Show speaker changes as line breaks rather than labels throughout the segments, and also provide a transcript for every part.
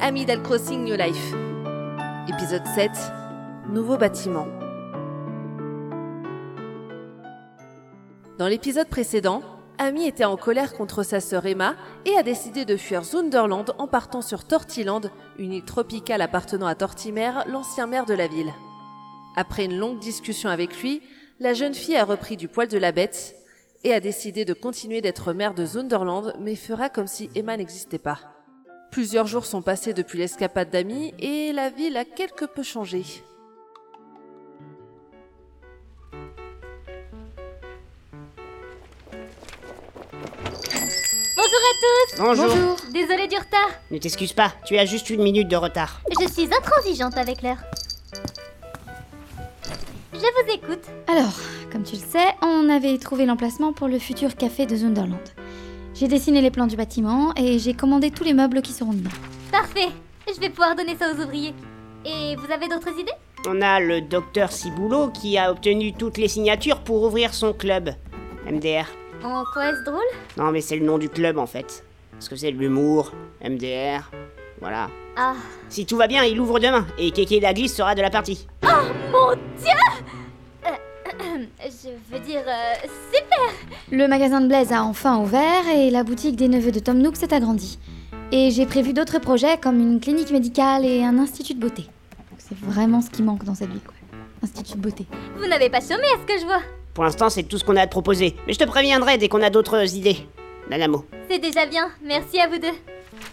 Amidal Crossing New Life. Épisode 7 Nouveau bâtiment. Dans l'épisode précédent, Amy était en colère contre sa sœur Emma et a décidé de fuir Zunderland en partant sur Tortiland, une île tropicale appartenant à Tortimer, l'ancien maire de la ville. Après une longue discussion avec lui, la jeune fille a repris du poil de la bête et a décidé de continuer d'être maire de Zunderland, mais fera comme si Emma n'existait pas. Plusieurs jours sont passés depuis l'escapade d'Amy et la ville a quelque peu changé.
Bonjour à tous
Bonjour.
Désolée du retard,
Ne t'excuse pas, tu as juste une minute de retard.
je suis intransigeante avec l'heure. Je vous écoute.
Alors, comme tu le sais, on avait trouvé l'emplacement pour le futur café de Zunderland. J'ai dessiné les plans du bâtiment et j'ai commandé tous les meubles qui seront dedans.
Parfait, je vais pouvoir donner ça aux ouvriers. Et vous avez d'autres idées
On a le docteur Ciboulot qui a obtenu toutes les signatures pour ouvrir son club. MDR.
En quoi est-ce drôle
Non mais c'est le nom du club en fait. Parce que c'est de l'humour, MDR. Voilà.
Ah,
Si tout va bien, il ouvre demain et Kéké Douglas sera de la partie.
mon dieu Euh, Je veux dire, euh, super
Le magasin de Blaise a enfin ouvert et la boutique des neveux de Tom Nook s'est agrandie. Et j'ai prévu d'autres projets comme une clinique médicale et un institut de beauté. Donc C'est vraiment ce qui manque dans cette vie, quoi. Institut de beauté.
Vous n'avez pas chômé à ce que je vois
Pour l'instant, c'est tout ce qu'on a à te proposer. Mais je te préviendrai dès qu'on a d'autres idées. Nanamo.
C'est déjà bien, merci à vous deux.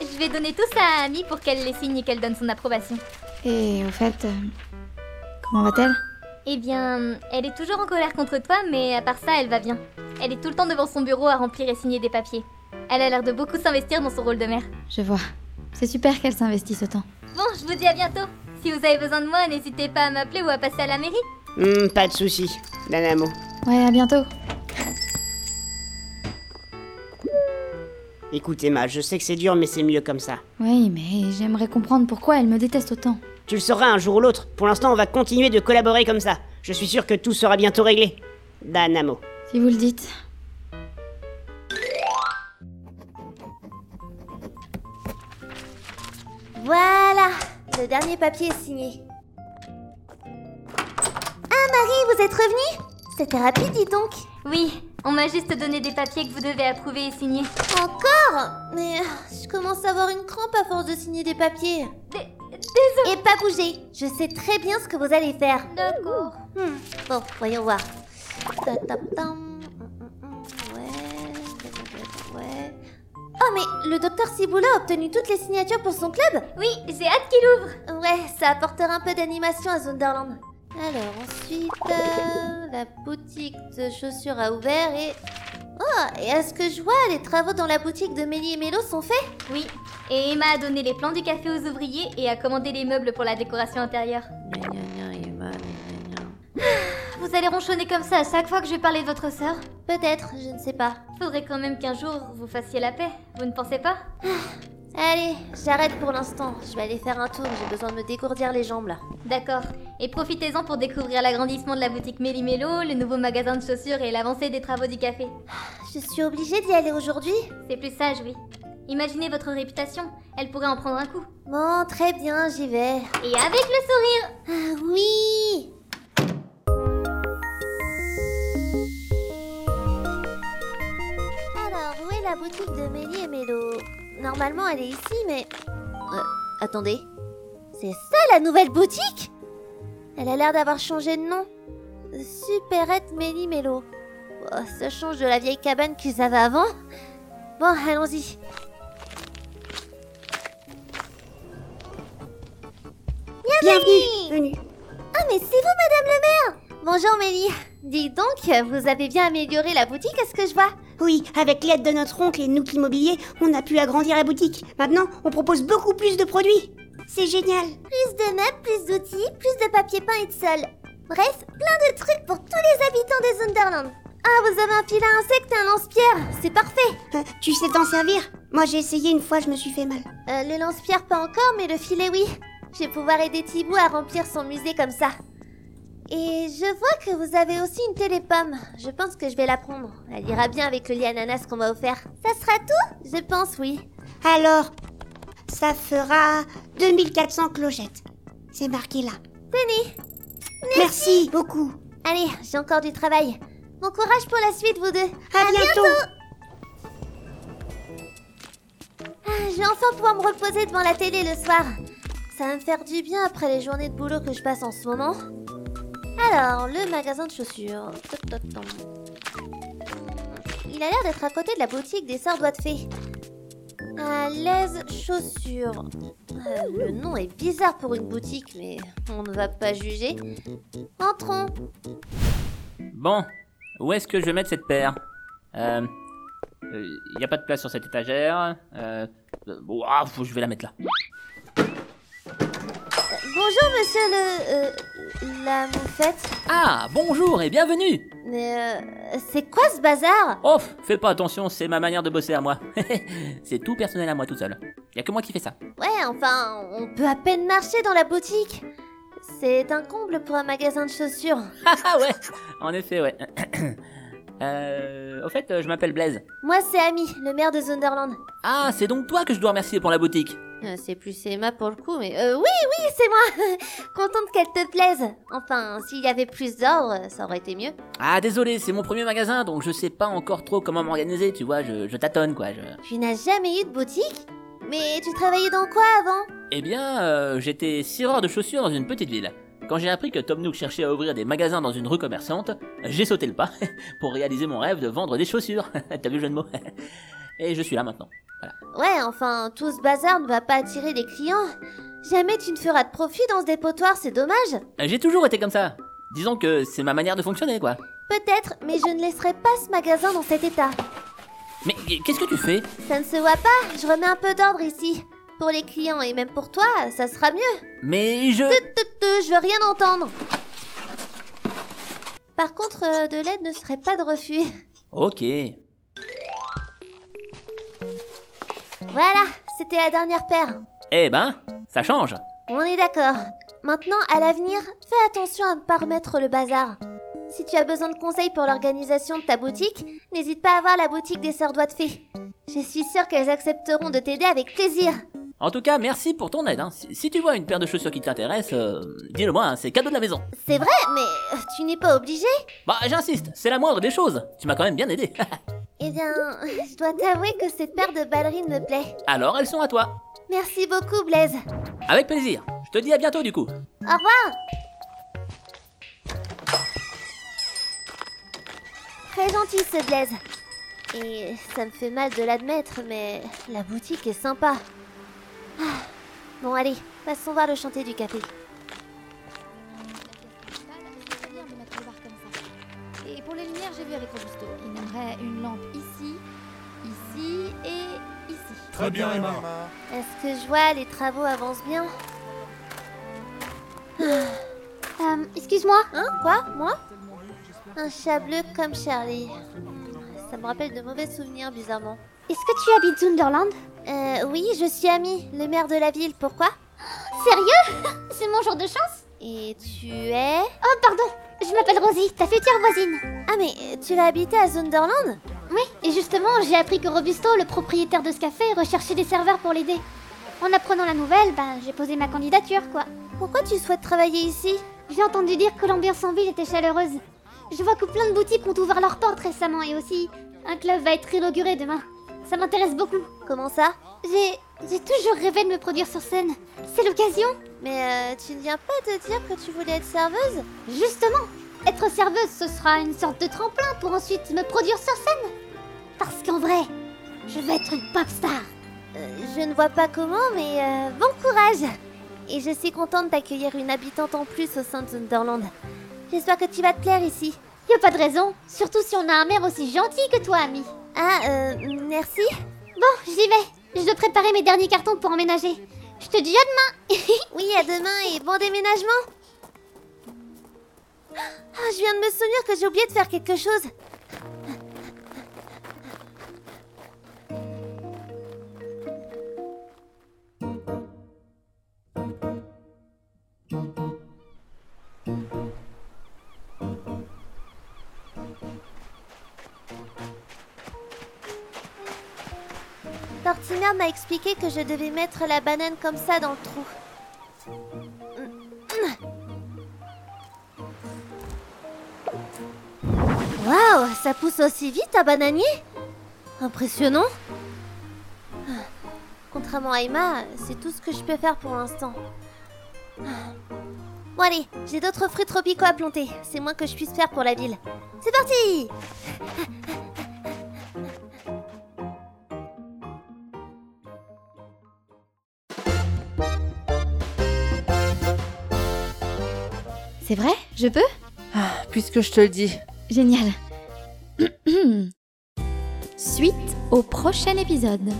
Je vais donner tout ça à Amy pour qu'elle les signe et qu'elle donne son approbation.
Et au fait, euh, comment va-t-elle
Eh bien, elle est toujours en colère contre toi, mais à part ça, elle va bien. Elle est tout le temps devant son bureau à remplir et signer des papiers. Elle a l'air de beaucoup s'investir dans son rôle de mère.
Je vois. C'est super qu'elle s'investisse autant.
Bon, je vous dis à bientôt. Si vous avez besoin de moi, n'hésitez pas à m'appeler ou à passer à la mairie.
Hmm, pas de soucis. Nanamo.
Ouais, à bientôt.
Écoute Emma, je sais que c'est dur mais c'est mieux comme ça.
Oui, mais j'aimerais comprendre pourquoi elle me déteste autant.
Tu le sauras un jour ou l'autre. Pour l'instant, on va continuer de collaborer comme ça. Je suis sûr que tout sera bientôt réglé. Nanamo.
Si vous le dites.
Voilà, le dernier papier est signé. Ah Marie, vous êtes revenue C'était rapide, dis donc.
Oui, on m'a juste donné des papiers que vous devez approuver et signer.
Encore Mais euh, je commence à avoir une crampe à force de signer des papiers.
Dé-
Et pas bouger, je sais très bien ce que vous allez faire.
D'accord.
Hmm, Bon, voyons voir. Ta ta tam. Hum, hum, hum, Ouais. ouais. Oh mais le docteur Ciboula a obtenu toutes les signatures pour son club
Oui, j'ai hâte qu'il ouvre.
Ouais, ça apportera un peu d'animation à Zunderland. Alors ensuite, euh, la boutique de chaussures a ouvert et... Oh, et à ce que je vois, les travaux dans la boutique de Mélie et Mélo sont faits
Oui, et Emma a donné les plans du café aux ouvriers et a commandé les meubles pour la décoration intérieure. Ah, Vous allez ronchonner comme ça à chaque fois que je vais parler de votre sœur
Peut-être, je ne sais pas.
Faudrait quand même qu'un jour vous fassiez la paix, vous ne pensez pas
Allez, j'arrête pour l'instant. Je vais aller faire un tour, j'ai besoin de me dégourdir les jambes là.
D'accord. Et profitez-en pour découvrir l'agrandissement de la boutique Mélimélo, le nouveau magasin de chaussures et l'avancée des travaux du café.
Je suis obligée d'y aller aujourd'hui
C'est plus sage, oui. Imaginez votre réputation, elle pourrait en prendre un coup.
Bon, très bien, j'y vais.
Et avec le sourire
Ah oui Alors, où est la boutique de Mélie et Mélo Normalement, elle est ici, mais... Euh, attendez. C'est ça la nouvelle boutique Elle a l'air d'avoir changé de nom. Superette Mélie Mélo. Oh, ça change de la vieille cabane qu'ils avaient avant. Bon, allons-y. Bienvenue ah, mais c'est vous, Madame le maire Bonjour, Mélie. Dis donc, vous avez bien amélioré la boutique, à ce que je vois
Oui, avec l'aide de notre oncle et Nook Immobilier, on a pu agrandir la boutique. Maintenant, on propose beaucoup plus de produits. C'est génial.
Plus de meubles, plus d'outils, plus de papier peint et de sol. Bref, plein de trucs pour tous les habitants des Underland. Ah, vous avez un fil à insectes et un lance-pierre, c'est parfait
Euh, tu sais t'en servir Moi, j'ai essayé une fois, je me suis fait mal.
Euh, le lance-pierre pas encore, mais le filet oui. Je vais pouvoir aider Thibaut à remplir son musée comme ça. Et je vois que vous avez aussi une télépomme. Je pense que je vais la prendre. Elle ira bien avec le lit ananas qu'on m'a offert. Ça sera tout Je pense, oui.
Alors, Ça fera 2400 clochettes. C'est marqué là.
Tenez.
Merci beaucoup.
Allez, j'ai encore du travail. Bon courage pour la suite, vous deux.
À, bientôt.
Ah, je vais enfin pouvoir me reposer devant la télé le soir. Ça va me faire du bien après les journées de boulot que je passe en ce moment. Alors, le magasin de chaussures. Toc, toc, toc. Il a l'air d'être à côté de la boutique des sœurs doigts de fée. À l'aise chaussures. Euh, le nom est bizarre pour une boutique, mais on ne va pas juger. Entrons.
Bon, où est-ce que je vais mettre cette paire Euh. Il n'y a pas de place sur cette étagère. Euh. euh, ouah, faut- je vais la mettre là.
Bonjour, monsieur le. euh, la moufette.
Ah, bonjour et bienvenue
Mais euh, c'est quoi ce bazar
Oh, fais pas attention, c'est ma manière de bosser à moi. c'est tout personnel à moi tout seul. Y a que moi qui fais ça.
Ouais, enfin, on peut à peine marcher dans la boutique. C'est un comble pour un magasin de chaussures.
Ah ouais En effet, ouais. euh. Au fait, euh, je m'appelle Blaise.
Moi, c'est Ami, le maire de Zunderland.
Ah, c'est donc toi que je dois remercier pour la boutique.
Euh, c'est plus Emma pour le coup, mais... euh, oui, oui, c'est moi Contente qu'elle te plaise Enfin, s'il y avait plus d'ordre, ça aurait été mieux.
Ah, désolé, c'est mon premier magasin, donc je sais pas encore trop comment m'organiser, tu vois, je, je tâtonne quoi. Je...
Tu n'as jamais eu de boutique Mais tu travaillais dans quoi avant
Eh bien, euh, j'étais cireur de chaussures dans une petite ville. Quand j'ai appris que Tom Nook cherchait à ouvrir des magasins dans une rue commerçante, j'ai sauté le pas pour réaliser mon rêve de vendre des chaussures. T'as vu le jeu de mots Et je suis là maintenant.
Ouais, enfin, tout ce bazar ne va pas attirer les clients. Jamais tu ne feras de profit dans ce dépotoir, c'est dommage.
J'ai toujours été comme ça. Disons que c'est ma manière de fonctionner, quoi.
Peut-être, mais je ne laisserai pas ce magasin dans cet état.
Mais qu'est-ce que tu fais
Ça ne se voit pas, je remets un peu d'ordre ici. Pour les clients et même pour toi, ça sera mieux.
Mais je...
Tut, tut, tut, je veux rien entendre. Par contre, euh, de l'aide ne serait pas de refus.
Ok. Eh
Voilà, c'était la dernière paire.
Eh ben, ça change.
On est d'accord. Maintenant, à l'avenir, fais attention à ne pas remettre le bazar. Si tu as besoin de conseils pour l'organisation de ta boutique, n'hésite pas à voir la boutique des sœurs doigts de fée. Je suis sûre qu'elles accepteront de t'aider avec plaisir.
En tout cas, merci pour ton aide. hein. Si, si tu vois une paire de chaussures qui t'intéresse, euh, dis-le moi, hein, c'est cadeau de la maison.
C'est vrai, mais euh, tu n'es pas obligé.
Bah, j'insiste, c'est la moindre des choses. Tu m'as quand même bien aidé.
Eh bien, je dois t'avouer que cette paire de ballerines me plaît.
Alors, elles sont à toi.
Merci beaucoup, Blaise.
Avec plaisir. Je te dis à bientôt du coup.
Au revoir Très gentil ce Blaise. Et ça me fait mal de l'admettre, mais la boutique est sympa. Ah. Bon allez, passons voir le chantier du café.
Et pour les lumières, j'ai vu avec Robusto. Il aimerait une lampe ici, ici et ici.
Très bien, Emma.
Est-ce que je vois les travaux avancent bien
Euh, excuse-moi,
Hein Quoi Moi Un chat bleu comme Charlie. Hmm, Ça me rappelle de mauvais souvenirs bizarrement.
est-ce que tu habites Zunderland
Euh oui, je suis Ami, le maire de la ville, pourquoi
Sérieux C'est mon jour de chance
Et tu es...
Oh, pardon Je m'appelle Rosie, ta future voisine
Ah mais euh, tu vas habiter à Zunderland
Oui, et justement, j'ai appris que Robusto, le propriétaire de ce café, recherchait des serveurs pour l'aider. En apprenant la nouvelle, bah, j'ai posé ma candidature, quoi.
Pourquoi tu souhaites travailler ici
J'ai entendu dire que l'ambiance en ville était chaleureuse. Je vois que plein de boutiques ont ouvert leurs portes récemment et aussi un club va être inauguré demain. Ça m'intéresse beaucoup.
Comment ça
J'ai j'ai toujours rêvé de me produire sur scène. C'est l'occasion.
Mais euh, tu ne viens pas de dire que tu voulais être serveuse
Justement, être serveuse, ce sera une sorte de tremplin pour ensuite me produire sur scène. Parce qu'en vrai, je veux être une pop star.
Euh, Je ne vois pas comment, mais euh, bon courage Et je suis contente d'accueillir une habitante en plus au sein de Zunderland. J'espère que tu vas te plaire ici.
Y a pas de raison, surtout si on a un maire aussi gentil que toi, ami.
Ah, euh, merci
Bon, j'y vais. Je dois préparer mes derniers cartons pour emménager. Je te dis à demain.
Oui, à demain et bon déménagement Ah, Je viens de me souvenir que j'ai oublié de faire quelque chose. Tortimer m'a expliqué que je devais mettre la banane comme ça dans le trou. Waouh, ça pousse aussi vite un bananier Impressionnant Contrairement à Emma, c'est tout ce que je peux faire pour l'instant. Bon allez, j'ai d'autres fruits tropicaux à planter, c'est moins que je puisse faire pour la ville. C'est parti
C'est vrai Je peux
Puisque je te le dis,
Génial. Suite au prochain épisode.